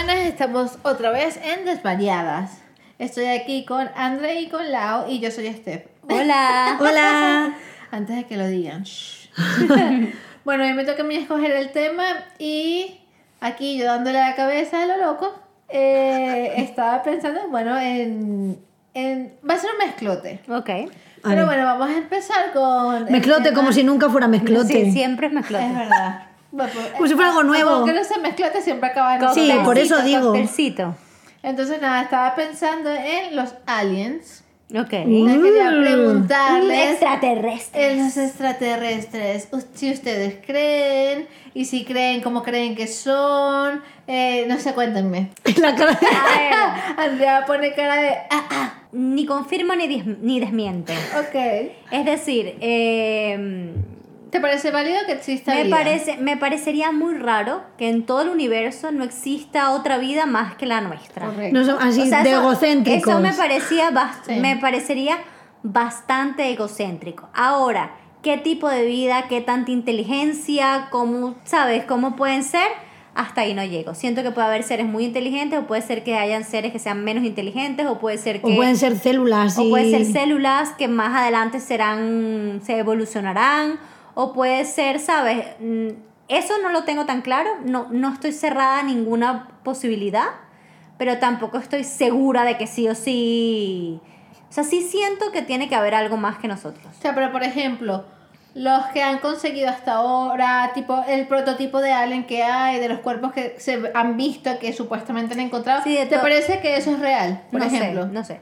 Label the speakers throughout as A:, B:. A: estamos otra vez en Desvariadas. Estoy aquí con André y con Lau y yo soy Steph.
B: Hola.
C: Hola.
A: Antes de que lo digan. shh. bueno, hoy me toca a mí escoger el tema y aquí yo dándole la cabeza a lo loco, eh, estaba pensando, bueno, en, en... Va a ser un mezclote.
B: Ok.
C: A
A: Pero
C: ver.
A: bueno, vamos a empezar con... este el
C: Mezclote,
A: tema-
C: como si nunca fuera mezclote. Eh,
B: Sí, siempre es
A: Es
B: mezclote.
A: verdad. Bueno, pues,
C: Como si fuera algo nuevo.
A: Como que no se mezclote siempre acaba en
C: Sí,
A: otra.
C: por eso
B: Coctelcito,
C: digo.
B: coctelcito.
A: Entonces nada, estaba pensando en los aliens.
B: Ok.
A: Les quería
C: Mm.
A: preguntarles
B: extraterrestre.
A: en los extraterrestres, us- si ustedes creen y si creen, cómo creen que son, eh, no sé, cuéntenme.
C: La cara de-
A: Andrea pone cara de, ah, ah,
B: Ni confirma ni, dis- ni desmiente.
A: ok.
B: Es decir, eh,
A: ¿Te parece válido que exista
B: me,
A: vida?
B: parece, me parecería muy raro que en todo el universo no exista otra vida más que la nuestra.
A: Correcto.
C: No son así,
B: O sea,
C: de
B: eso-
C: egocéntricos.
B: Eso me, parecía bas-
A: Sí.
B: me parecería bastante egocéntrico. Ahora, ¿qué tipo de vida, qué tanta inteligencia, cómo, sabes, cómo pueden ser? Hasta ahí no llego. Siento que puede haber seres muy inteligentes, o puede ser que hayan seres que sean menos inteligentes, o puede ser que...
C: O pueden ser células.
B: O
C: y-
B: puede ser células que más adelante serán, se evolucionarán, o puede ser, ¿sabes? Mm, Eso no lo tengo tan claro, no, no estoy cerrada a ninguna posibilidad, pero tampoco estoy segura de que sí o sí. O sea, sí siento que tiene que haber algo más que nosotros.
A: O sea, pero por ejemplo, los que han conseguido hasta ahora, tipo el prototipo de alien que hay, de los cuerpos que se han visto, que supuestamente han encontrado,
B: Sí, de
A: ¿te
B: to-
A: parece que eso es real? Por
B: no
A: ejemplo.
B: sé, no sé.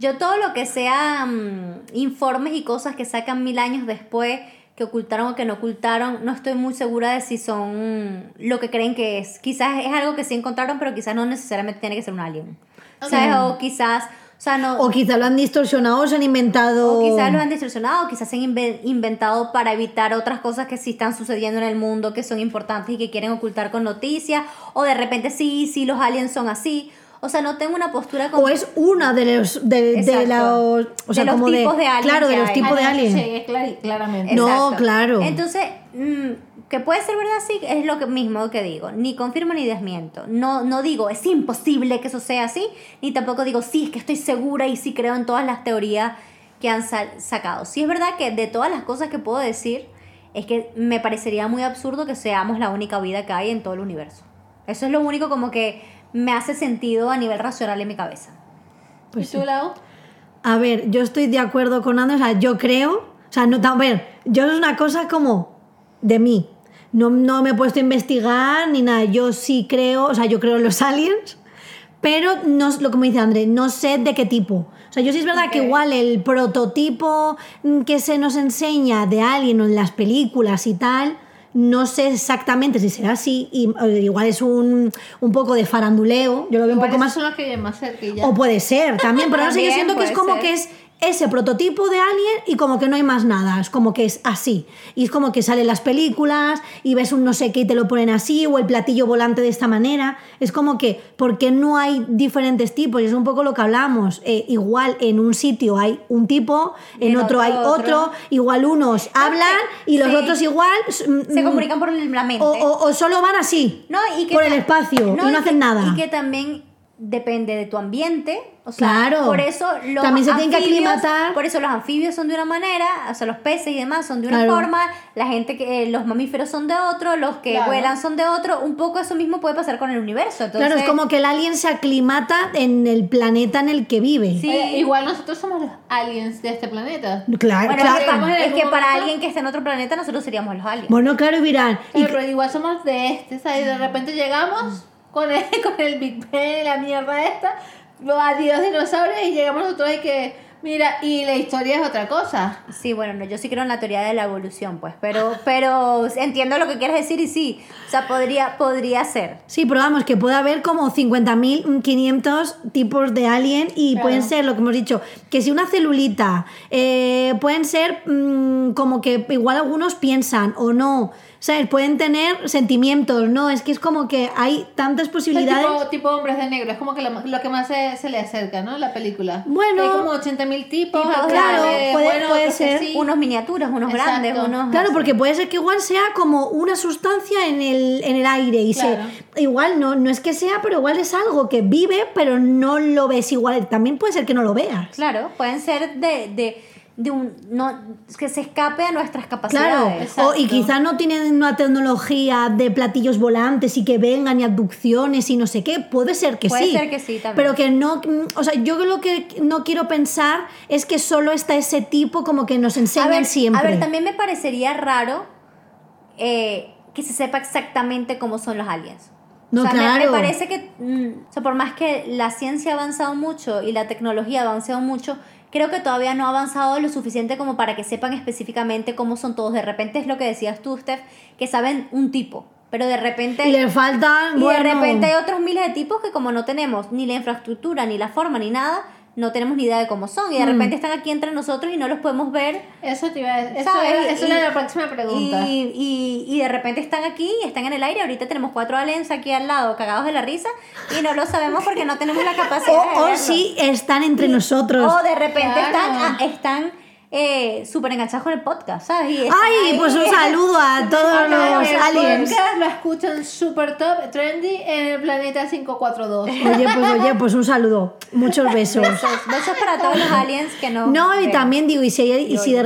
B: Yo todo lo que sea mm, informes y cosas que sacan mil años después, que ocultaron o que no ocultaron, no estoy muy segura de si son mm, lo que creen que es. Quizás es algo que sí encontraron, pero quizás no necesariamente tiene que ser un alien.
A: Ok.
B: ¿Sabes? O quizás, o sea, no...
C: O quizá lo han distorsionado, o se han inventado.
B: o quizás lo han distorsionado, o quizás se han inve- inventado para evitar otras cosas que sí están sucediendo en el mundo, que son importantes y que quieren ocultar con noticias, o de repente sí, sí, los aliens son así. O sea, no tengo una postura como...
C: O es una de los. De, de
B: Exacto.
C: los o sea,
B: De los
C: como
B: tipos de alien
C: Claro, de
B: que
C: los
B: hay.
C: tipos de Eh,
A: Ah, no,
C: alien.
A: Sí, es clari- claramente.
C: No, claro.
B: Entonces, mm, que puede ser verdad, sí, es lo que mismo que digo. Ni confirmo ni desmiento. No, no digo, es imposible que eso sea así, ni tampoco digo, sí, es que estoy segura y sí creo en todas las teorías que han sal- sacado. Sí es verdad que de todas las cosas que puedo decir, es que me parecería muy absurdo que seamos la única vida que hay en todo el universo. Eso es lo único como que me hace sentido a nivel racional en mi cabeza.
C: Pues
A: ¿Y tú, Lau?
C: A ver, yo estoy de acuerdo con Andrés, o sea, yo creo, o sea, no, a ver, yo es una cosa como de mí, no, no me he puesto a investigar ni nada, yo sí creo, o sea, yo creo en los aliens, pero no, lo como dice Andrés, no sé de qué tipo. O sea, yo sí es verdad
A: Ok.
C: que igual el prototipo mm, que se nos enseña de alien o en las películas y tal, no sé exactamente si será así, y, o igual es un, un poco de faranduleo, yo lo veo un
A: Igual
C: poco
A: esos
C: más
A: son los que llevan más cerca y ya.
C: o puede ser también, pero no sé, yo
B: También
C: siento que es
B: puede
C: como
B: ser.
C: que es ese prototipo de alien y como que no hay más nada, es como que es así. Y es como que salen las películas y ves un no sé qué y te lo ponen así o el platillo volante de esta manera. Es como que, porque no hay diferentes tipos, y es un poco lo que hablamos. eh, igual en un sitio hay un tipo, en,
B: En
C: otro,
B: otro,
C: hay otro,
B: otro.
C: igual unos hablan y los
B: sí.
C: otros igual... s-
B: Se
C: mm,
B: comunican por la mente.
C: o, o- o solo van así,
B: No, y que
C: por el
B: ta-
C: espacio, y no
B: que-
C: hacen nada.
B: Y que también depende de tu ambiente. O sea,
C: Claro.
B: Por eso los
C: También se tienen que
B: anfibios-
C: aclimatar.
B: Por eso los anfibios son de una manera, o sea, los peces y demás son de una
C: Claro.
B: forma, la gente que eh, los mamíferos son de otro, los que
A: Claro.
B: vuelan son de otro. Un poco eso mismo puede pasar con el universo. Entonces,
C: claro, es como que el alien se aclimata en el planeta en el que vive.
B: Sí.
A: Oye, igual nosotros somos los aliens de este planeta.
C: Claro,
B: Bueno,
C: claro.
B: es
A: estamos en
B: que- es
A: algún
B: que para
A: momento-
B: alguien que está en otro planeta nosotros seríamos los aliens.
C: Bueno, claro, y dirán, y-
A: Claro, pero igual somos de este, ¿sabes? Y de repente llegamos con el, con el Big Bang, la mierda esta, lo- adiós dinosaurios, y llegamos nosotros y que, mira, y la historia es otra cosa.
B: Sí, bueno, no, yo sí creo en la teoría de la evolución, pues, pero, pero entiendo lo que quieres decir y sí, o sea, podría, podría ser.
C: sí, pero vamos, que puede haber como 50.500 tipos de alien y
A: Claro.
C: pueden ser, lo que hemos dicho, que si una celulita, eh, pueden ser mm, como que igual algunos piensan o no, ¿sabes? Pueden tener sentimientos, ¿no? Es que es como que hay tantas posibilidades.
A: Tipo, tipo hombres de negro, es como que lo, lo que más se, se le acerca, ¿no? La película.
C: Bueno.
A: Que Hay como 80.000 tipos.
B: Tipos,
A: acá
C: claro,
A: de
C: puede-
A: bueno,
C: puede
A: otros que
C: ser
A: sí.
B: Unos miniaturas, unos
A: Exacto.
B: grandes, unos...
C: Claro, porque puede ser que igual sea como una sustancia en el, en el aire y
A: Claro.
C: se, igual no, no es que sea, pero igual es algo que vive, pero no lo ves igual. También puede ser que no lo veas.
B: Claro, pueden ser de, de, de un... No, que se escape a nuestras
C: Claro,
B: capacidades.
C: o, y quizás no tienen una tecnología de platillos volantes y que vengan y abducciones y no sé qué, puede ser que
B: Puede
C: sí.
B: ser que sí también.
C: Pero que no, mm, o sea, yo lo que no quiero pensar es que solo está ese tipo como que nos enseñan siempre.
B: A ver, también me parecería raro eh, que se sepa exactamente cómo son los aliens. o
C: No,
B: sea, me- me,
C: claro.
B: parece que, mm, o sea, por más que la ciencia ha avanzado mucho y la tecnología ha avanzado mucho, creo que todavía no ha avanzado lo suficiente como para que sepan específicamente cómo son todos. De repente es lo que decías tú, Steph, que saben un tipo, pero de repente...
C: y le faltan,
B: Y
C: bueno,
B: de repente hay otros miles de tipos que como no tenemos ni la infraestructura, ni la forma, ni nada, no tenemos ni idea de cómo son. Y
C: Mm.
B: de repente están aquí entre nosotros y no los podemos ver.
A: Eso te iba a decir. Eso,
B: ¿sabes?
A: era, eso
B: Y-
A: era la próxima pregunta.
B: Y, y- y de repente están aquí, están en el aire. Ahorita tenemos cuatro aliens aquí al lado, cagados de la risa, y no lo sabemos porque no tenemos la capacidad de
C: O, o
B: verlo.
C: sí están entre nosotros.
B: O de repente
A: Claro.
B: están, ah, están eh, súper enganchados con el podcast, ¿sabes? Y están
C: Ay,
B: ahí.
C: pues un saludo a todos
A: Acá en
C: los
A: el
C: aliens.
A: podcast Lo escuchan super top, trendy en el planeta 542.
C: Oye, pues oye, pues un saludo. Muchos besos.
B: Besos, besos para todos los aliens que no.
C: No, y
B: vemos.
C: también digo, y si, y si de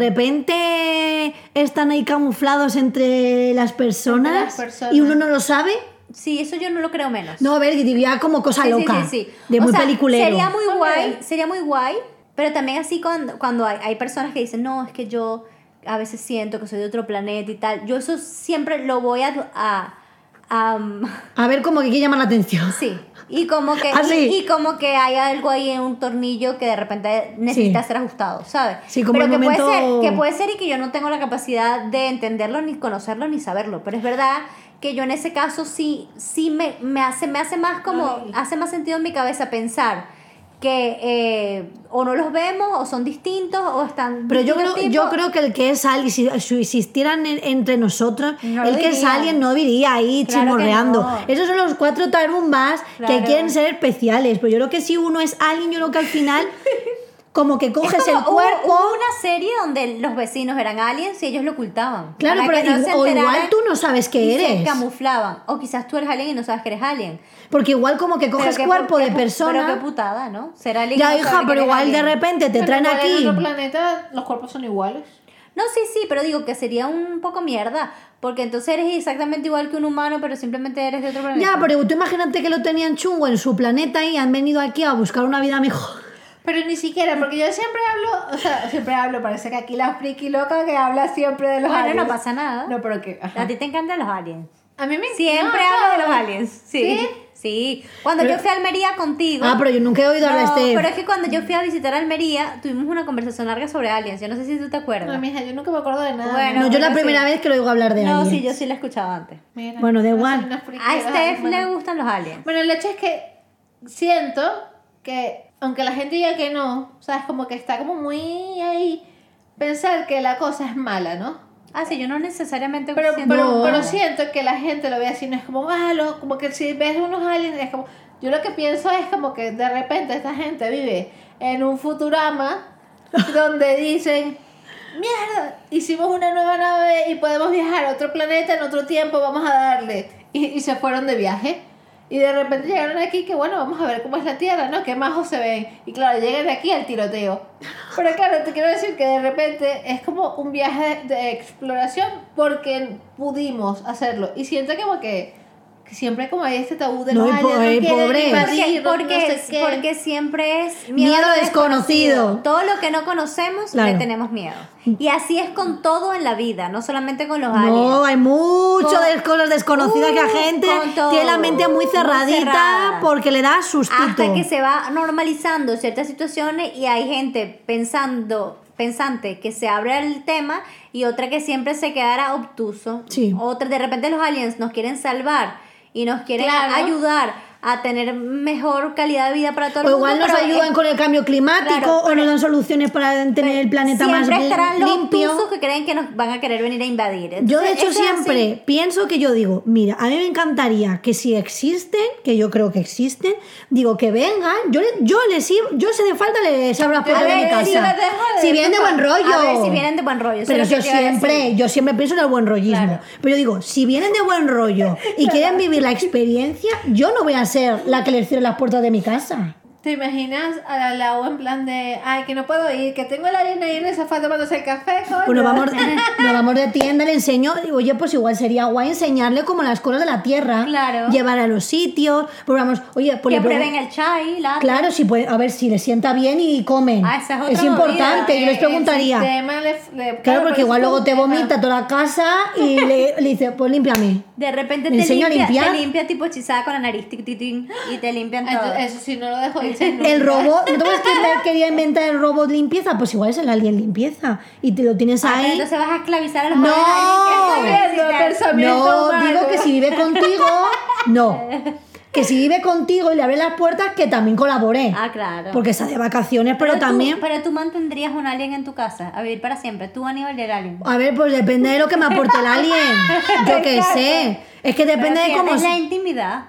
C: repente están ahí camuflados entre las
A: Entre
C: personas
A: las personas.
C: y uno no lo sabe,
B: Sí, eso yo no lo creo menos.
C: no, a ver, diría como cosa
B: Sí, sí,
C: loca.
B: sí, sí.
C: De
B: O
C: muy
B: sea,
C: peliculero.
B: Sería muy
A: Hombre.
B: guay, sería muy guay, pero también así cuando, cuando hay, hay personas que dicen, no, es que yo a veces siento que soy de otro planeta y tal. Yo eso siempre lo voy a... a- a, um,
C: A ver, como que quiere llamar la atención.
B: sí. Y como, que,
C: Ah, sí.
B: y, y como que hay algo ahí en un tornillo que de repente necesita ser ajustado, ¿sabes?
C: Sí, como
B: pero
C: el
B: que, puede
C: momento-
B: ser, que puede ser y que yo no tengo la capacidad de entenderlo, ni conocerlo, ni saberlo. Pero es verdad que yo en ese caso sí, sí me, me, hace, me hace más como,
A: Ay.
B: hace más sentido en mi cabeza pensar que eh, o no los vemos, o son distintos, o están...
C: Pero yo
B: distintos
C: creo, yo
B: tipos.
C: creo que el que es alien, si, si existieran en- entre nosotros,
B: No lo
C: el que es
B: dirían.
C: alien no iría
B: Claro
C: ahí
B: que
C: chismorreando.
B: no.
C: Esos son los cuatro tarumbas que
B: Claro.
C: quieren ser especiales. Pero yo creo que si uno es alien, yo creo que al final, como que
B: Es
C: coges
B: como
C: el
B: hubo-
C: cuerpo.
B: Hubo una serie donde los vecinos eran aliens y ellos lo ocultaban.
C: Claro,
B: para
C: pero
B: que no
C: ig-
B: se
C: o
B: enteraran
C: igual tú no sabes que
B: y Se
C: eres.
B: camuflaban. O quizás tú eres alien y no sabes que eres alien.
C: Porque igual como que
B: Pero
C: coges
B: qué pu-
C: cuerpo
B: qué
C: de
B: pu- Pero qué
C: persona.
B: putada, ¿no? Ser alien. y no
C: Ya,
B: saber
C: hija,
B: que
C: pero
B: eres
C: igual de
B: alien.
C: repente te
A: Pero
C: traen
A: igual
C: aquí.
A: En otro planeta los cuerpos son iguales.
B: No, sí, sí, pero digo que sería un poco mierda. Porque entonces eres exactamente igual que un humano, pero simplemente eres de otro planeta.
C: Ya, pero tú imagínate que lo tenían chungo en su planeta y han venido aquí a buscar una vida mejor.
A: Pero ni siquiera, porque yo siempre hablo, o sea, siempre hablo, parece que aquí la friki loca que habla siempre de los
B: Bueno,
A: aliens.
B: no pasa nada.
A: No, pero que. ajá.
B: A ti te encantan los aliens.
A: A mí me
B: Siempre
A: no,
B: hablo de
A: no.
B: los aliens. Sí.
A: ¿Sí?
B: Sí. Cuando yo fui a Almería contigo.
C: Ah, pero yo nunca he oído hablar
B: No,
C: de este.
B: pero es que cuando yo fui a visitar Almería, tuvimos una conversación larga sobre aliens. Yo no sé si tú te acuerdas.
A: No, mija, yo nunca me acuerdo de nada.
B: Bueno,
C: No, yo la
B: pero
C: primera
B: sí.
C: vez que lo oigo hablar de
B: No,
C: alguien.
B: sí, yo sí la he escuchado antes.
A: Mira,
C: Bueno,
A: no
C: da
A: soy
C: igual.
A: una friki
B: A
A: de los
B: Steph
A: aliens,
B: le
A: bueno.
B: gustan los aliens.
A: Bueno, el hecho es que siento que, aunque la gente diga que no, o sea, es como que está como muy ahí pensar que la cosa es mala, ¿no?
B: Ah, sí, yo no necesariamente
A: Pero,
B: siento
A: pero,
B: nada.
A: pero siento que la gente lo ve así, no es como malo, como que si ves unos aliens, es como. Yo lo que pienso es como que de repente esta gente vive en un futurama donde dicen. Mierda, hicimos una nueva nave y podemos viajar a otro planeta en otro tiempo, vamos a darle. Y, y se fueron de viaje. Y de repente llegaron aquí, que bueno, vamos a ver cómo es la Tierra, ¿no? Qué majos se ven. Y claro, llegan aquí al tiroteo. Pero claro, te quiero decir que de repente es como un viaje de, de exploración porque pudimos hacerlo. Y siento como que, que siempre como hay este tabú de
C: No,
A: los
C: y po-
A: aliens, no
C: y
A: quieren
C: pobres.
B: porque,
A: invadir, no- no
B: porque,
A: sé qué.
B: porque siempre es
C: Miedo desconocido.
B: Todo lo que no conocemos
C: Claro.
B: le tenemos miedo. Y así es con todo en la vida, no solamente con los aliens.
C: No, hay mucho
B: Con-
C: de cosas desconocidas que la
B: Uh,
C: gente
B: con todo.
C: tiene la mente
B: Muy
C: muy cerradita
B: cerrada.
C: porque le da sustito.
B: Hasta que se va normalizando ciertas situaciones y hay gente pensando pensante que se abre el tema y otra que siempre se quedará obtuso.
C: Sí.
B: Otra, de repente los aliens nos quieren salvar y nos quieren
A: Claro.
B: ayudar a tener mejor calidad de vida para todo el
C: O
B: mundo.
C: igual nos
B: pero
C: ayudan
B: es-
C: con el cambio climático
B: Claro, pues
C: o nos dan soluciones para tener el planeta más
B: siempre
C: bl-
B: estarán los
C: limpio.
B: obtusos que creen que nos van a querer venir a invadir.
C: Yo,
B: Entonces,
C: de
B: eso
C: hecho,
B: es así.
C: siempre pienso que yo digo, mira, a mí me encantaría que si existen, que yo creo que existen, digo que vengan, yo, le- yo les sirvo, yo si de falta les abro la puerta de
B: ver,
C: mi
B: si
C: casa.
B: las dejo de-
C: si vienen de buen rollo.
B: A ver, si vienen de buen rollo, eso
C: Pero
B: es lo que
C: yo
B: te iba a
C: siempre,
B: decir.
C: yo siempre pienso en el buen rollismo.
B: Claro.
C: Pero yo digo, si vienen de buen rollo y quieren vivir la experiencia, yo no voy a ser la que les cierre las puertas de mi casa.
A: ¿Te imaginas a la Lau en plan de, ay, que no puedo ir, que tengo la arena ahí en el sofá tomándose el café? coño"?
C: Pues nos vamos, nos vamos de tienda, le enseño, digo, oye, pues igual sería guay enseñarle como las cosas de la tierra,
B: Claro.
C: llevar a los sitios, pues vamos, oye, pues
B: Que
C: le pregun-
B: prueben el chai, la...
C: Claro, si puede, a ver si le sienta bien y comen.
B: Ah, esa es otra movida,
C: importante, yo les
A: Eh,
C: preguntaría.
A: El sistema le, le-
C: Claro, porque
A: eso
C: igual
A: es un
C: luego te
A: tema.
C: vomita toda la casa y le, le dice, pues límpiame.
B: De repente
C: Le
B: te
C: enseño a
B: limpia,
C: limpiar.
B: te limpia tipo hechizada con la nariz tic, tic, tic, y te limpian todo.
A: Entonces, eso sí, no lo dejo irse nunca.
C: El robot, ¿no te acuerdas que le quería inventar el robot limpieza? Pues igual es el alien limpieza. Y te lo tienes
B: Ah, pero
C: ahí.
B: Entonces vas a esclavizar a los
C: No.
B: jóvenes ahí, que
A: Estoy viendo el
B: necesitan-
A: pensamiento
C: No,
A: humano.
C: digo que si vive contigo, no. Que si vive contigo y le abre las puertas, que también colabore.
B: Ah, claro.
C: Porque está de vacaciones, pero,
B: tú-
C: también.
B: pero tú mantendrías un alien en tu casa, a vivir para siempre. Tú, Aníbal, y el alien.
C: A ver, pues depende de lo que me aporte el alien. Yo qué sé. Es que depende
B: Pero
C: de cómo.
B: pierdes la intimidad.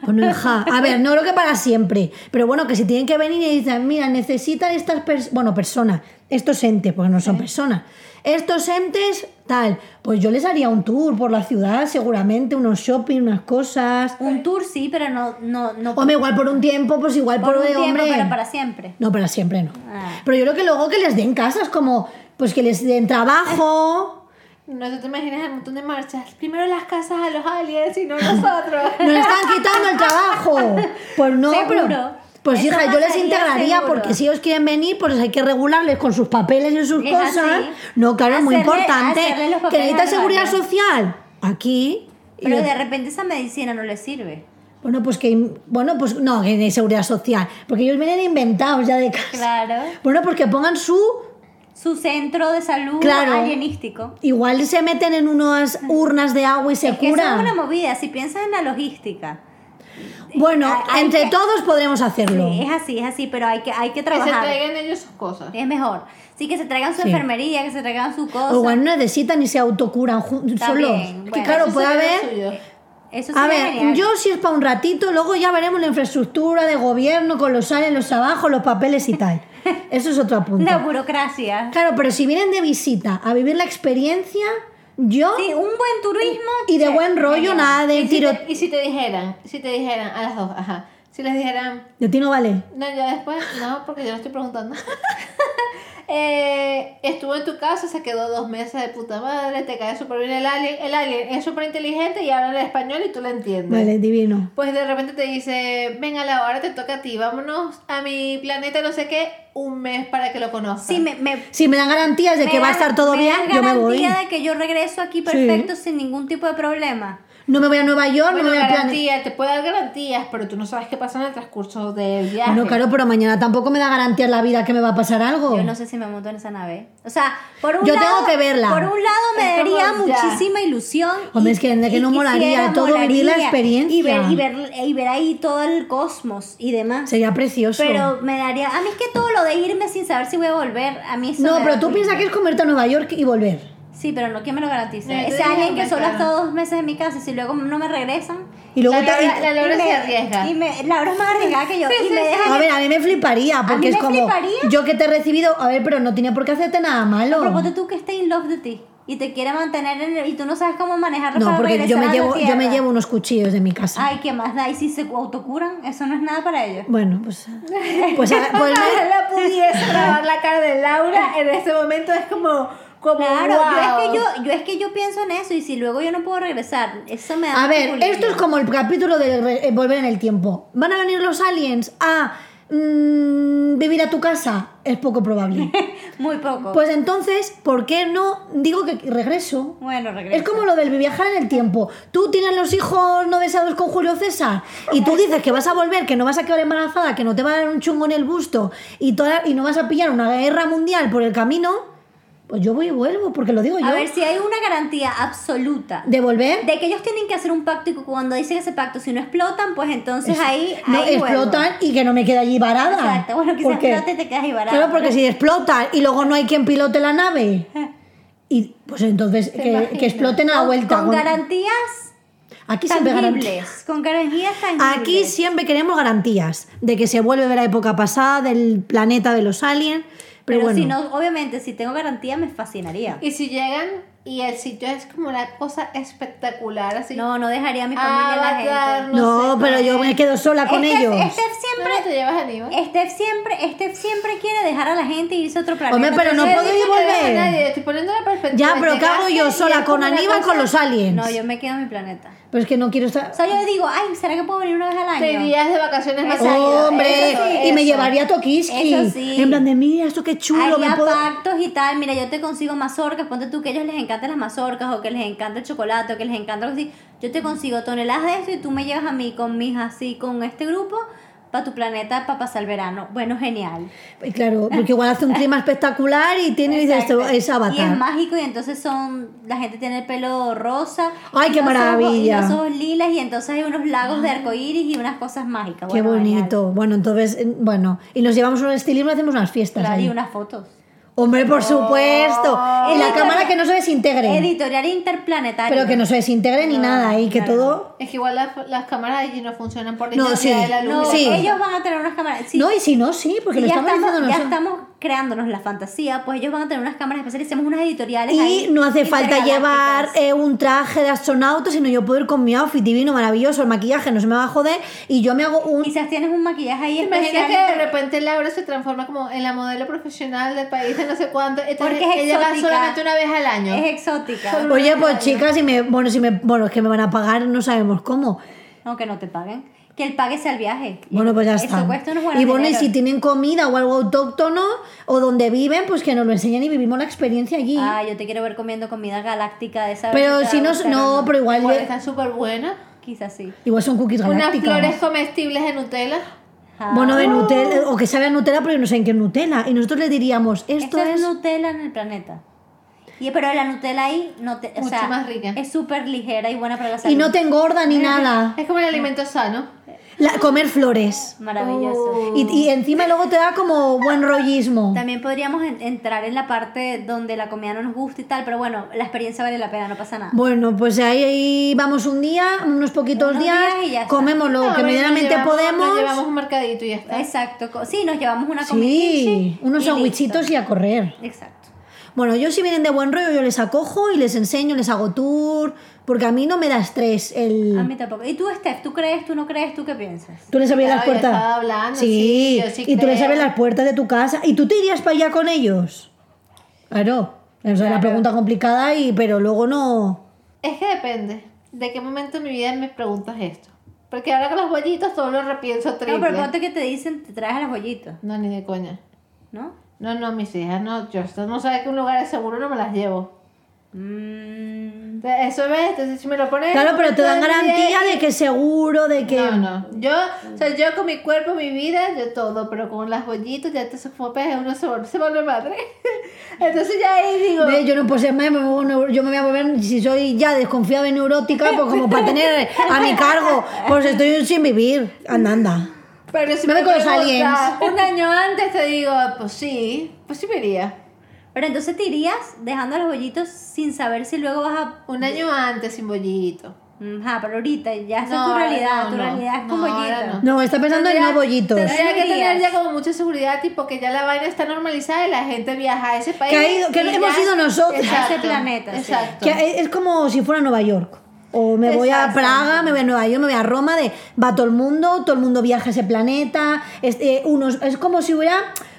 C: Bueno, hija, a ver, no creo que para siempre, pero bueno, que si tienen que venir y dicen, mira, necesitan estas personas, bueno, personas, estos entes, porque no son personas, estos entes, tal, pues yo les haría un tour por la ciudad, seguramente, unos shopping, unas cosas.
B: Un tour sí, pero no, no, no
C: Hombre, igual por un tiempo, pues igual por,
B: por un tiempo,
C: hombre.
B: pero para siempre.
C: No, para siempre no.
B: Ah.
C: Pero yo creo que luego que les den casas, como, pues que les den trabajo.
A: No te imaginas el montón de marchas. Primero las casas a los aliens y no nosotros.
C: Nos están quitando el trabajo. Pues no,
B: Seguro.
C: pero. Pues
B: Eso
C: hija, yo les
B: pasaría
C: integraría
B: seguro.
C: porque si ellos quieren venir, pues hay que regularles con sus papeles y sus
B: Es
C: cosas.
B: así.
C: No, claro, es muy
B: Hacerle-
C: importante.
B: hacerle los
C: Que
B: papeles
C: necesita
B: al
C: seguridad
B: barrio.
C: social. Aquí. Y
B: Pero
C: de-
B: de repente esa medicina no le sirve.
C: Bueno, pues que. Bueno, pues no, que hay seguridad social. Porque ellos vienen inventados ya de casa.
B: Claro.
C: Bueno, pues que pongan su
B: Su centro de salud
C: Claro.
B: alienístico.
C: Igual se meten en unas urnas de agua y se
B: Que eso es
C: curan.
B: una movida, si piensas en la logística.
C: Bueno,
B: Hay- hay
C: entre
B: que-
C: todos podremos hacerlo.
B: Sí, es así, es así, pero hay que, hay
A: Que
B: que
A: se
B: trabajar.
A: traigan ellos sus cosas.
B: Es mejor. Sí, que se traigan su
C: Sí.
B: enfermería, que se traigan su cosa.
C: o igual no necesitan y se autocuran jun-
B: Está
C: solos.
B: bien,
C: Que
B: bueno,
C: claro,
A: Eso
C: puede
A: sería lo
C: haber.
A: suyo.
B: Eso
C: A
B: sería
C: ver,
B: genial.
C: yo si es para un ratito, luego ya veremos la infraestructura de gobierno con los sales, los abajo, los papeles y tal. Eso es otro punto.
B: La burocracia.
C: Claro, pero si vienen de visita a vivir la experiencia, yo
B: Sí, un buen turismo.
C: y de
B: che,
C: buen rollo,
B: genial.
C: nada de
A: ¿Y, si
C: tiro.
A: te, y si te dijeran, si te dijeran a las dos, ajá. Si les dijeran,
C: De ti no vale.
A: no, ya después, no, porque yo lo estoy preguntando. Eh, estuvo en tu casa, se quedó dos meses de puta madre, te cae súper bien el alien. El alien es súper inteligente y habla en español y tú lo entiendes.
C: Vale, divino.
A: Pues de repente te dice, venga, la hora te toca a ti, vámonos a mi planeta, no sé qué, un mes para que lo conozcas.
B: Sí, me, me-
C: Si me dan garantías de
B: me
C: que va a
B: dan-
C: estar todo
B: me
C: bien,
B: dan
C: yo me voy.
B: garantía de que yo regreso aquí perfecto sin ningún tipo de problema.
C: No me voy a Nueva York,
A: Bueno,
C: no me voy al planeta.
A: garantía, te puede dar garantías, pero tú no sabes qué pasa en el transcurso del viaje.
C: Bueno, claro, pero mañana tampoco me da garantía la vida que me va a pasar algo.
B: Yo no sé si me monto en esa nave. O sea, por un
C: Yo tengo
B: lado.
C: que verla.
B: Por un lado me
A: Es como
B: daría
A: ya.
B: muchísima ilusión.
C: Hombre,
B: y-
C: es que- de que
B: y
C: no molaría,
B: quisiera,
C: todo vivir la experiencia.
B: Y ver, y, ver, y ver ahí todo el cosmos y demás.
C: Sería precioso.
B: Pero me daría. A mí es que todo lo de irme sin saber si voy a volver, a mí eso
C: no,
B: me da
C: pero tú
B: culpa.
C: piensas que es comerte a Nueva York y volver.
B: Sí, pero no, ¿quién me lo garantiza?
A: No, yo te
B: Ese
A: digo,
B: alguien que
A: me
B: solo ha
A: cago.
B: estado dos meses en mi casa y si luego no me regresan.
C: Y luego
A: La
C: te-
A: Laura- la Laura
B: y
A: se
B: me-
A: arriesga.
B: Y me, Laura es más arriesgada que yo. y me dejan
C: A ver, a mí me fliparía, porque
B: mí
C: es
B: me
C: como
B: fliparía.
C: yo que te he recibido, a ver, pero no tenía por qué hacerte nada malo.
B: Pero ponte tú que esté in love de ti y te quiere mantener en el- y tú no sabes cómo manejarlo
C: No,
B: para
C: porque yo
B: regresar
C: me
B: a la
C: llevo yo me
B: tierra.
C: llevo unos cuchillos de mi casa.
B: Ay, ¿qué más da? Y si se autocuran, eso no es nada para ellos.
C: Bueno, pues pues, a- pues me-
A: Ojalá pudiese grabar la cara de Laura en este momento es como, como
B: Claro,
A: wow.
B: yo, es que yo, yo es que yo pienso en eso y si luego yo no puedo regresar, eso me da
C: A
B: mucha
C: ver,
B: culpa.
C: esto es como el capítulo de re- eh, Volver en el Tiempo. ¿Van a venir los aliens a mm, vivir a tu casa? Es poco probable.
B: muy poco.
C: Pues entonces, ¿por qué no digo que regreso?
B: bueno, regreso.
C: Es como lo del viajar en el tiempo. Tú tienes los hijos no deseados con Julio César y tú dices que vas a volver, que no vas a quedar embarazada, que no te va a dar un chungo en el busto y, toda- y no vas a pillar una guerra mundial por el camino. Pues yo voy y vuelvo, porque lo digo yo.
B: A ver, si hay una garantía absoluta
C: ¿De volver?
B: de que ellos tienen que hacer un pacto y que cuando dicen ese pacto, si no explotan, pues entonces ahí,
C: no
B: ahí vuelvo.
C: explotan y que no me quede allí varada.
B: Exacto, bueno, quizás
C: Porque-
B: explote y te quedas ahí varada.
C: Claro, porque si explota y luego no hay quien pilote la nave. Y pues entonces que,
A: imaginas?
C: que exploten a la
B: Eh. Con-
C: vuelta.
B: Con,
C: con-
B: garantías
C: Aquí siempre garanti-
B: tangibles. Con garantías tangibles.
C: Aquí siempre queremos garantías de que se vuelve a ver la época pasada del planeta de los aliens. Pero,
B: Pero,
C: bueno,
B: si no, obviamente, si tengo garantía, me fascinaría.
A: Y si llegan y el sitio es como una cosa espectacular, así.
B: No, no dejaría a mi familia en la
A: Avatar,
B: gente.
C: no,
A: sé,
C: pero yo
B: pues,
A: con-
C: me quedo sola Ah, con
B: Steph-
C: ellos.
A: ¿Dónde
B: Steph
A: te
B: siempre,
A: llevas Aníbal?
B: Steph siempre, Steph siempre quiere dejar a la gente y irse a otro planeta.
C: Hombre, pero no
A: Yo
C: podéis
A: dije que
C: volver.
A: no era nadie, estoy poniendo la perspectiva.
C: Ya, pero ¿qué hago
A: Llegaste
C: yo
A: y
C: sola
A: es
C: con
A: como una
C: Aníbal
A: cosa-
C: con los aliens?
B: No, yo me quedo en mi planeta.
C: Pero es que no quiero estar.
B: O sea, yo digo, ay, ¿será que puedo venir una vez al año?
A: Te irías de vacaciones más
B: Exacto,
A: seguido,
C: Hombre,
A: eso
C: y
A: sí,
C: me
A: eso.
C: llevaría a Tokiski.
B: Eso sí.
C: En plan de, mira, esto qué chulo.
B: Haría
C: me puedo-
B: pactos y tal, mira, yo te consigo mazorcas, ponte tú que a ellos les encantan las mazorcas o que les encanta el chocolate o que les encanta algo así. Yo te consigo toneladas de esto y tú me llevas a mí con mis así, con este grupo, para tu planeta, para pasar el verano. Bueno, genial.
C: Y Claro, porque igual hace un clima espectacular y tiene y dice,
B: Exacto.
C: esto es
B: Y es
C: avatar.
B: mágico y entonces son, la gente tiene el pelo rosa.
C: Ay,
B: y
C: qué
B: los ojos-
C: maravilla.
B: y los ojos lilas y entonces hay unos lagos de arcoíris y unas cosas mágicas.
C: Qué
B: Bueno, genial.
C: bonito. Bueno, entonces, eh, bueno, y nos llevamos un estilismo y hacemos unas fiestas.
B: Claro,
C: ahí.
B: y Oh, unas fotos.
C: Hombre, por supuesto. Y la
B: Editorial-
C: cámara que no se desintegre.
B: Editorial interplanetaria.
C: Pero que no se desintegre ni nada y que
B: claro.
C: todo.
A: Es que igual las, las cámaras allí no funcionan por la
C: No,
A: intensidad
C: sí,
A: de la luz.
B: No,
C: Sí.
B: ellos van a tener unas cámaras. sí,
C: No, y si no, sí, porque
B: si
C: lo
B: ya,
C: estamos
B: estamos,
C: diciendo
B: ya
C: nosotros.
B: estamos creándonos la fantasía, pues ellos van a tener unas cámaras especiales, hacemos unas editoriales.
C: Y
B: ahí,
C: no hace falta llevar
B: intergalácticas.
C: eh, un traje de astronauta, sino yo puedo ir con mi outfit divino, maravilloso, el maquillaje no se me va a joder. Y yo me hago un.
B: Quizás tienes un maquillaje ahí
A: ¿Te imaginas
B: especial.
A: que de repente Laura se transforma como en la modelo profesional del país de no sé cuánto? Entonces
B: Porque es
A: ella va
B: exótica.
A: solamente una vez al año.
B: Es exótica.
C: Oye, pues chicas, si me, bueno, si me, bueno, es que me van a pagar, no sabemos cómo.
B: Aunque no te paguen. Que el pague sea el viaje.
C: Bueno, pues ya
B: Eso
C: está.
B: cuesta unos buenos
C: Y bueno, y
B: dineros.
C: si tienen comida o algo autóctono o donde viven, pues que nos lo enseñen y vivimos la experiencia allí.
B: Ah, yo te quiero ver comiendo comida galáctica de esa
C: pero si no, no, pero igual,
A: Igual
C: igual,
A: está súper buena.
B: Quizás sí.
C: son cookies
A: Unas
C: galácticas.
A: flores comestibles de Nutella.
B: Ah,
C: Bueno, de Nutella, o que sabe a Nutella, pero no sé en qué Nutella. Y nosotros le diríamos, esto,
B: Ah, Esto
C: es...
B: es Nutella en el planeta. Y, pero la Nutella ahí no te, o
A: Mucho
B: sea,
A: más rica.
B: es súper ligera y buena para la salud.
C: Y no te engorda ni nada.
A: Es como el alimento sano.
C: La- comer flores.
B: Maravilloso.
C: Y, y encima luego te da como buen rollismo.
B: También podríamos en- entrar en la parte donde la comida no nos gusta y tal, pero bueno, la experiencia vale la pena, no pasa nada.
C: Bueno, pues ahí, ahí vamos un día, unos poquitos
B: Unos
C: días,
B: días y ya está. pues
C: comemos lo
A: No,
C: que
A: pero nos
C: medianamente
A: llevamos-
C: podemos.
A: Nos llevamos un mercadito y ya está.
B: Exacto. co- Sí, nos llevamos una comida.
C: Sí, unos sandwichitos y a correr.
B: Exacto.
C: Bueno, yo si vienen de buen rollo, yo les acojo y les enseño, les hago tour, porque a mí no me da estrés el...
B: A mí tampoco. ¿Y tú, Steph? ¿Tú crees? ¿Tú no crees? ¿Tú qué piensas?
C: Tú les abrías
A: Claro,
C: las
A: yo
C: puertas.
A: estaba hablando,
C: sí,
A: sí, yo sí
C: y tú les
A: creo.
C: abres las puertas de tu casa. ¿Y tú te irías para allá con ellos? Ah, Claro. Esa es una
B: Claro.
C: pregunta complicada, y pero luego no.
A: Es que depende de qué momento de mi vida me preguntas esto. Porque ahora con los bollitos todo lo repienso triple.
B: No, pero ponte que te dicen, te traes a las bollitas,
A: No, ni de coña.
B: ¿no?
A: No, no, mis hijas, no. Yo esto no sabe que un lugar es seguro, no me las llevo.
B: Mm,
A: O sea, Eso ves, entonces si me lo pones...
C: Claro, pero te dan
A: Entonces, eh,
C: garantía de que es seguro, de que.
A: No, no. Yo, o sea, yo con mi cuerpo, mi vida, yo todo, pero con las bollitas ya te sofopes, uno se vuelve, se vuelve madre. Entonces ya ahí digo...
C: Ve, Yo no puedo ser más, me vuelvo neu- yo me voy a volver, si soy ya desconfiada y neurótica, pues como para tener a mi cargo, pues estoy sin vivir, andanda.
A: Pero si
C: Me
A: me,
C: voy con los
A: preguntas
C: aliens.
A: un año antes te digo, pues sí, pues sí me iría.
B: Pero entonces te irías dejando los bollitos sin saber si luego vas a...
A: Un año antes sin bollito.
B: Mm, Ajá, pero ahorita ya esa es
A: No,
B: tu
A: ahora
B: realidad,
A: no,
B: tu
A: no.
B: realidad es con
A: No, ahora
B: bollitos.
C: No, está pensando en no bollitos.
A: Tendría que tener
B: Alegrías.
A: ya como mucha seguridad, tipo que ya la vaina está normalizada y la gente viaja a ese país.
C: Que ha ido- que
A: y
C: hemos
A: ya-
C: ido nosotros.
A: Exacto,
B: A ese planeta, sí.
A: Exacto.
C: Que es- es como si fuera Nueva York. O me voy a
A: Exacto.
C: Praga, me voy a Nueva York, me voy a Roma, de va todo el mundo, todo el mundo viaja a ese planeta. Es, eh, unos, es como si hubiera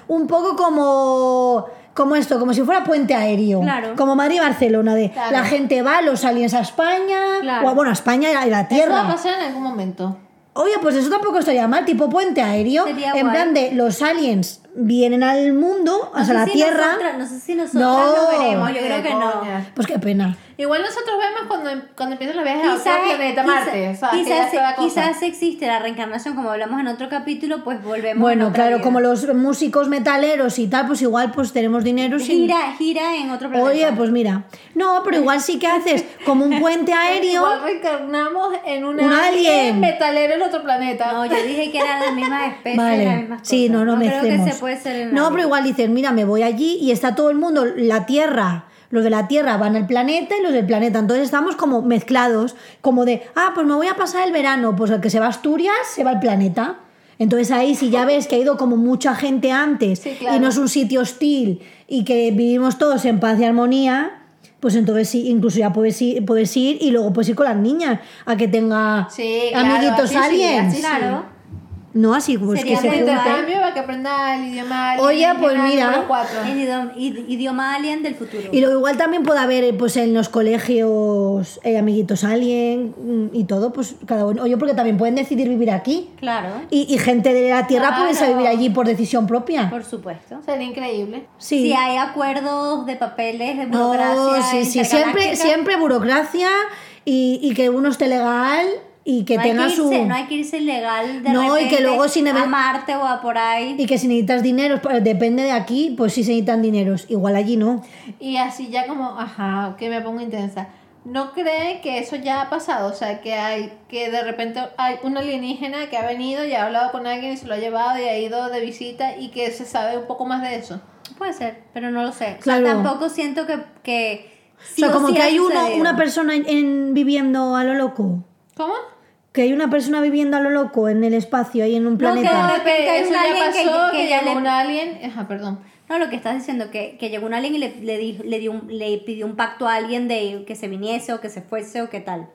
C: un poco como, como esto, como si fuera puente aéreo.
B: Claro.
C: Como Madrid-Barcelona, de
A: Claro.
C: la gente va, los aliens a España,
B: Claro.
C: o a- bueno, a España y a la
A: Eso va a
C: Tierra.
A: pasar en algún momento.
C: Oye, pues eso tampoco estaría mal, tipo puente aéreo.
B: Sería
C: en
B: guay.
C: plan de los aliens vienen al mundo, o sea,
B: sé
C: la
B: si
C: Tierra.
B: nosotras- no sé si nosotros
C: No.
B: lo veremos, yo creo que no.
A: Coña.
C: Pues qué pena.
A: Igual nosotros vemos cuando, em, cuando empiezan los viajes a
B: Quizás,
A: otro planeta
B: quizá-
A: Marte. O sea, que ya
B: quizás,
A: es toda cosa.
B: quizás existe la reencarnación, como hablamos en otro capítulo, pues volvemos. en
C: Bueno,
B: otra
C: claro,
B: vida.
C: como los músicos metaleros y tal, pues igual pues tenemos dinero sin...
B: gira, gira en otro planeta.
C: Oye, pues mira. No, pero igual sí que haces como un puente aéreo.
A: Igual reencarnamos en una
C: Un alien.
A: metalero en otro planeta.
B: No, yo dije que eran las mismas especies, las
C: Vale,
B: mismas cosas.
C: sí, no, no,
B: creo
C: mezclemos.
B: que se puede ser en
C: No,
B: algo.
C: pero igual dices, mira, me voy allí y está todo el mundo, la Tierra, los de la Tierra van al planeta y los del planeta, entonces estamos como mezclados, como de, ah, pues me voy a pasar el verano, pues el que se va a Asturias se va al planeta. Entonces ahí si ya ves que ha ido como mucha gente antes
A: Sí, claro.
C: y no es un sitio hostil y que vivimos todos en paz y armonía, pues entonces sí, incluso ya puedes ir, puedes ir y luego puedes ir con las niñas a que tenga
A: Sí, claro, así
C: amiguitos
A: sí,
C: aliens.
A: así sí.
B: Claro.
C: No así, pues
B: Sería
C: que se
A: Un
B: muy
C: junten.
A: intercambio para que aprenda el idioma alien,
C: Oye, pues
A: alien,
C: mira.
A: número cuatro.
B: En idioma, id- idioma alien del futuro.
C: Y lo igual también puede haber eh, pues en los colegios eh, amiguitos alien mm, y todo, pues cada uno. Oye, porque también pueden decidir vivir aquí.
B: Claro,
C: Y, y gente de la Tierra puede irse a vivir
A: Claro.
C: allí por decisión propia.
B: por supuesto.
A: Sería increíble.
C: Sí.
B: Si hay acuerdos de papeles, de
C: No,
B: burocracia,
C: sí, sí, siempre,
B: intergaláctica,
C: siempre burocracia y, y que uno esté legal y que
B: no hay
C: tenga
B: irse-
C: su...
B: No hay que irse ilegal de
C: No, y que
B: repente
C: luego sin
B: a
C: haber-
B: Marte o a por ahí.
C: Y que si necesitas dinero, pues, depende de aquí, pues sí se necesitan dineros. Igual allí no.
A: Y así ya como, ajá, que me pongo intensa. ¿No cree que eso ya ha pasado? O sea, que hay que de repente hay un alienígena que ha venido y ha hablado con alguien y se lo ha llevado y ha ido de visita y que se sabe un poco más de eso.
B: Puede ser, pero no lo sé. O sea,
C: Claro.
B: tampoco siento que... que
C: O
B: sí
C: sea, como
B: sí
C: que
B: ha
C: hay uno,
B: sucedido.
C: una persona en- en- viviendo a lo loco.
A: ¿Cómo?
C: Que hay una persona viviendo a lo loco en el espacio, ahí en un
A: No,
C: planeta.
B: De repente
A: que
B: hay
A: eso
B: un
A: ya
B: alien que-
A: pasó, que,
B: que ya
A: llegó
B: le-
A: un alien. Ajá, perdón.
B: No, lo que estás diciendo, que, que llegó un alien y le, le, di- le, dio un- le pidió un pacto a alguien de que se viniese o que se fuese o qué tal.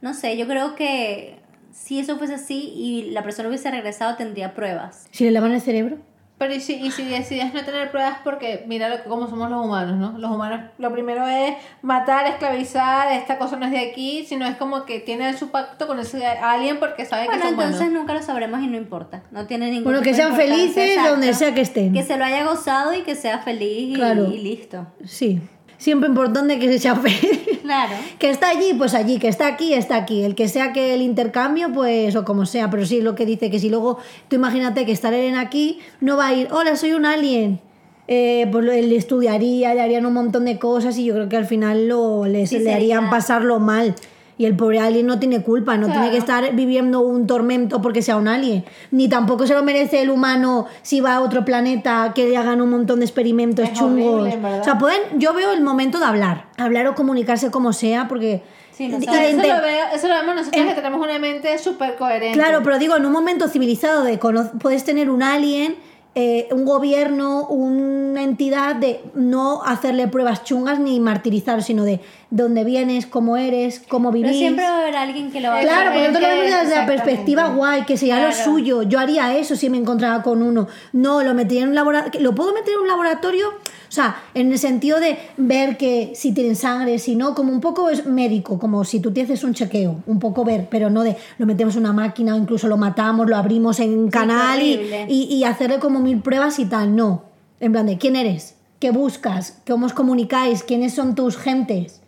B: No sé, yo creo que si eso fuese así y la persona hubiese regresado tendría pruebas.
C: Si le lavan el cerebro.
A: Pero y si, y si decides no tener pruebas porque mira lo que, cómo somos los humanos, ¿no? Los humanos lo primero es matar, esclavizar, esta cosa no es de aquí, sino es como que tiene su pacto con ese alien porque sabe que
B: Bueno,
A: son
B: entonces
A: humanos.
B: nunca lo sabremos y no importa. No tiene ningún
C: Bueno, que
B: tipo de
C: sean
B: importancia,
C: felices
B: exacto.
C: donde sea que estén.
B: Que se lo haya gozado y que sea feliz y,
C: Claro.
B: y listo.
C: Sí. Siempre importante que se sea feliz.
B: Claro.
C: que está allí, pues allí. Que está aquí, está aquí. El que sea que el intercambio, pues, o como sea. Pero sí, lo que dice, que si luego tú imagínate que estar en aquí, no va a ir, hola, soy un alien. Eh, pues lo- le estudiaría, le harían un montón de cosas y yo creo que al final lo, les-
B: Sí,
C: le
B: sería-
C: harían pasarlo mal. Y el pobre alien no tiene culpa, no tiene
A: Claro.
C: que estar viviendo un tormento porque sea un alien. Ni tampoco se lo merece el humano si va a otro planeta que le hagan un montón de experimentos
A: Es horrible,
C: chungos.
A: en verdad.
C: o sea, pueden, yo veo el momento de hablar, hablar o comunicarse como sea, porque...
B: Sí, no
C: y-
B: sabes.
C: y
A: Eso
C: de-
A: lo, veo, eso lo vemos nosotros que tenemos una mente súper coherente.
C: Claro, pero digo, en un momento civilizado de cono- puedes tener un alien, eh, un gobierno, una entidad de no hacerle pruebas chungas ni martirizar, sino de dónde vienes, cómo eres, cómo
B: Pero
C: vivís.
B: siempre va a haber alguien que lo va a
C: Claro, porque nosotros lo vemos desde la
A: Exactamente.
C: perspectiva guay, que sería lo
B: Claro.
C: suyo. Yo haría eso si me encontraba con uno. No, lo metería en un laboratorio. ¿Lo puedo meter en un laboratorio? O sea, en el sentido de ver que si tienen sangre, si no, como un poco es médico, como si tú te haces un chequeo, un poco ver, pero no de lo metemos en una máquina o incluso lo matamos, lo abrimos en canal y,
B: horrible.
C: y, y hacerle como mil pruebas y tal. No. En plan de, ¿quién eres? ¿Qué buscas? ¿Cómo os comunicáis? ¿Quiénes son tus gentes?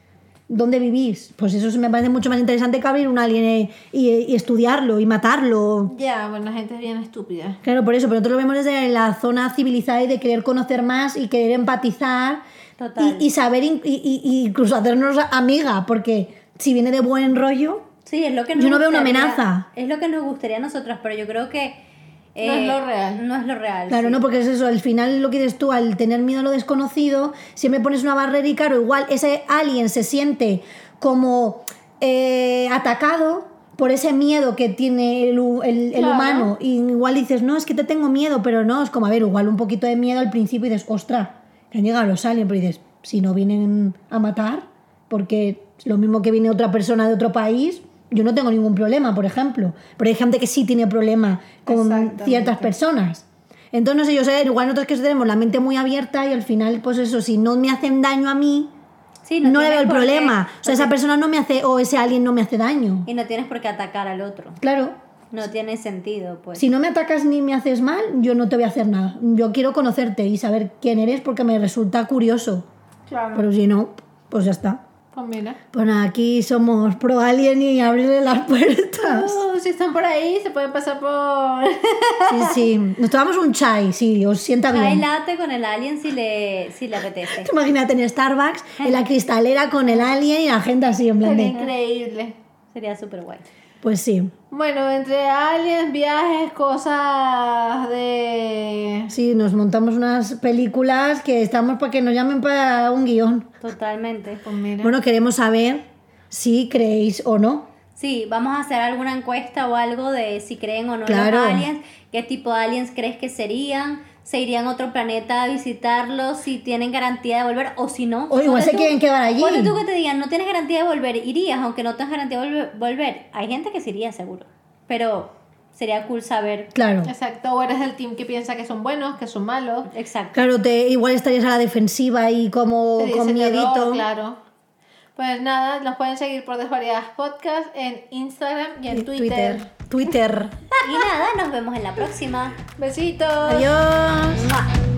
C: ¿Dónde vivís? Pues eso se me parece mucho más interesante que abrir un alien eh, y, y estudiarlo y matarlo.
A: Ya, bueno, la gente es bien estúpida.
C: Claro, por eso, pero nosotros lo vemos desde la zona civilizada y de querer conocer más y querer empatizar
B: Total.
C: Y, y saber in- y- y- y incluso hacernos amiga, porque si viene de buen rollo,
B: Sí, es lo que nos
C: Yo no veo una
B: gustaría-
C: amenaza.
B: Es lo que nos gustaría a nosotros, pero yo creo que... eh,
A: No es lo real.
B: No es lo real.
C: Claro,
B: sí.
C: no, porque es eso, al final lo que dices tú, al tener miedo a lo desconocido, siempre pones una barrera y claro, igual ese alien se siente como eh, atacado por ese miedo que tiene el, hu- el- el
A: Claro.
C: humano. Y igual dices, no, es que te tengo miedo, pero no, es como, a ver, igual un poquito de miedo al principio y dices, ostra, que han llegado los aliens, pero dices, si no vienen a matar, porque lo mismo que viene otra persona de otro país, yo no tengo ningún problema, por ejemplo. Pero hay gente que sí tiene problema con
A: Exactamente.
C: ciertas personas. Entonces, no sé, yo sé, igual nosotros que tenemos la mente muy abierta y al final, pues eso, si no me hacen daño a mí,
B: Sí,
C: no, le
B: tienes
C: veo el
B: por qué-
C: problema. O sea, esa persona no me hace, o ese alguien no me hace daño.
B: Y no tienes por qué atacar al otro.
C: Claro,
B: No tiene sentido, pues.
C: si no me atacas ni me haces mal, yo no te voy a hacer nada. Yo quiero conocerte y saber quién eres porque me resulta curioso.
A: Claro.
C: Pero si no, pues ya está.
A: Pues mira.
C: Bueno, aquí somos pro alien y abrirle las puertas.
A: Uh, si están por ahí, se pueden pasar por.
C: Sí, sí. Nos tomamos un chai, sí, os sienta
B: Hay
C: bien.
B: late con el alien si le, si le apetece.
C: Te imaginas tener Starbucks en la cristalera con el alien y la gente así en plan
A: Sería
C: de...
A: increíble.
B: Sería súper guay.
C: Pues sí.
A: Bueno, entre aliens, viajes, cosas de.
C: Sí, nos montamos unas películas que estamos para que nos llamen para un guión.
B: Totalmente.
A: Pues mira.
C: Bueno, queremos saber si creéis o no.
B: Sí, vamos a hacer alguna encuesta o algo de si creen o no
C: Claro.
B: los aliens, qué tipo de aliens crees que serían, se irían a otro planeta a visitarlos, si tienen garantía de volver o si no.
C: O igual
B: Ponte
C: se
B: tú-
C: quieren quedar allí.
B: Ponte tú que te digan, no tienes garantía de volver, irías, aunque no tengas garantía de volver- volver. Hay gente que se iría seguro, pero sería cool saber.
C: Claro.
A: Exacto, o eres del team que piensa que son buenos, que son malos.
B: Exacto.
C: Claro, te, igual estarías a la defensiva y como
A: Te
C: con
A: dicen de
C: miedito.
A: todo, claro. Pues nada, nos pueden seguir por Desvariadas Podcast en Instagram y en Twitter.
C: Twitter. Twitter.
B: Y nada, nos vemos en la próxima.
A: Besitos.
C: Adiós.
B: ¡Mua!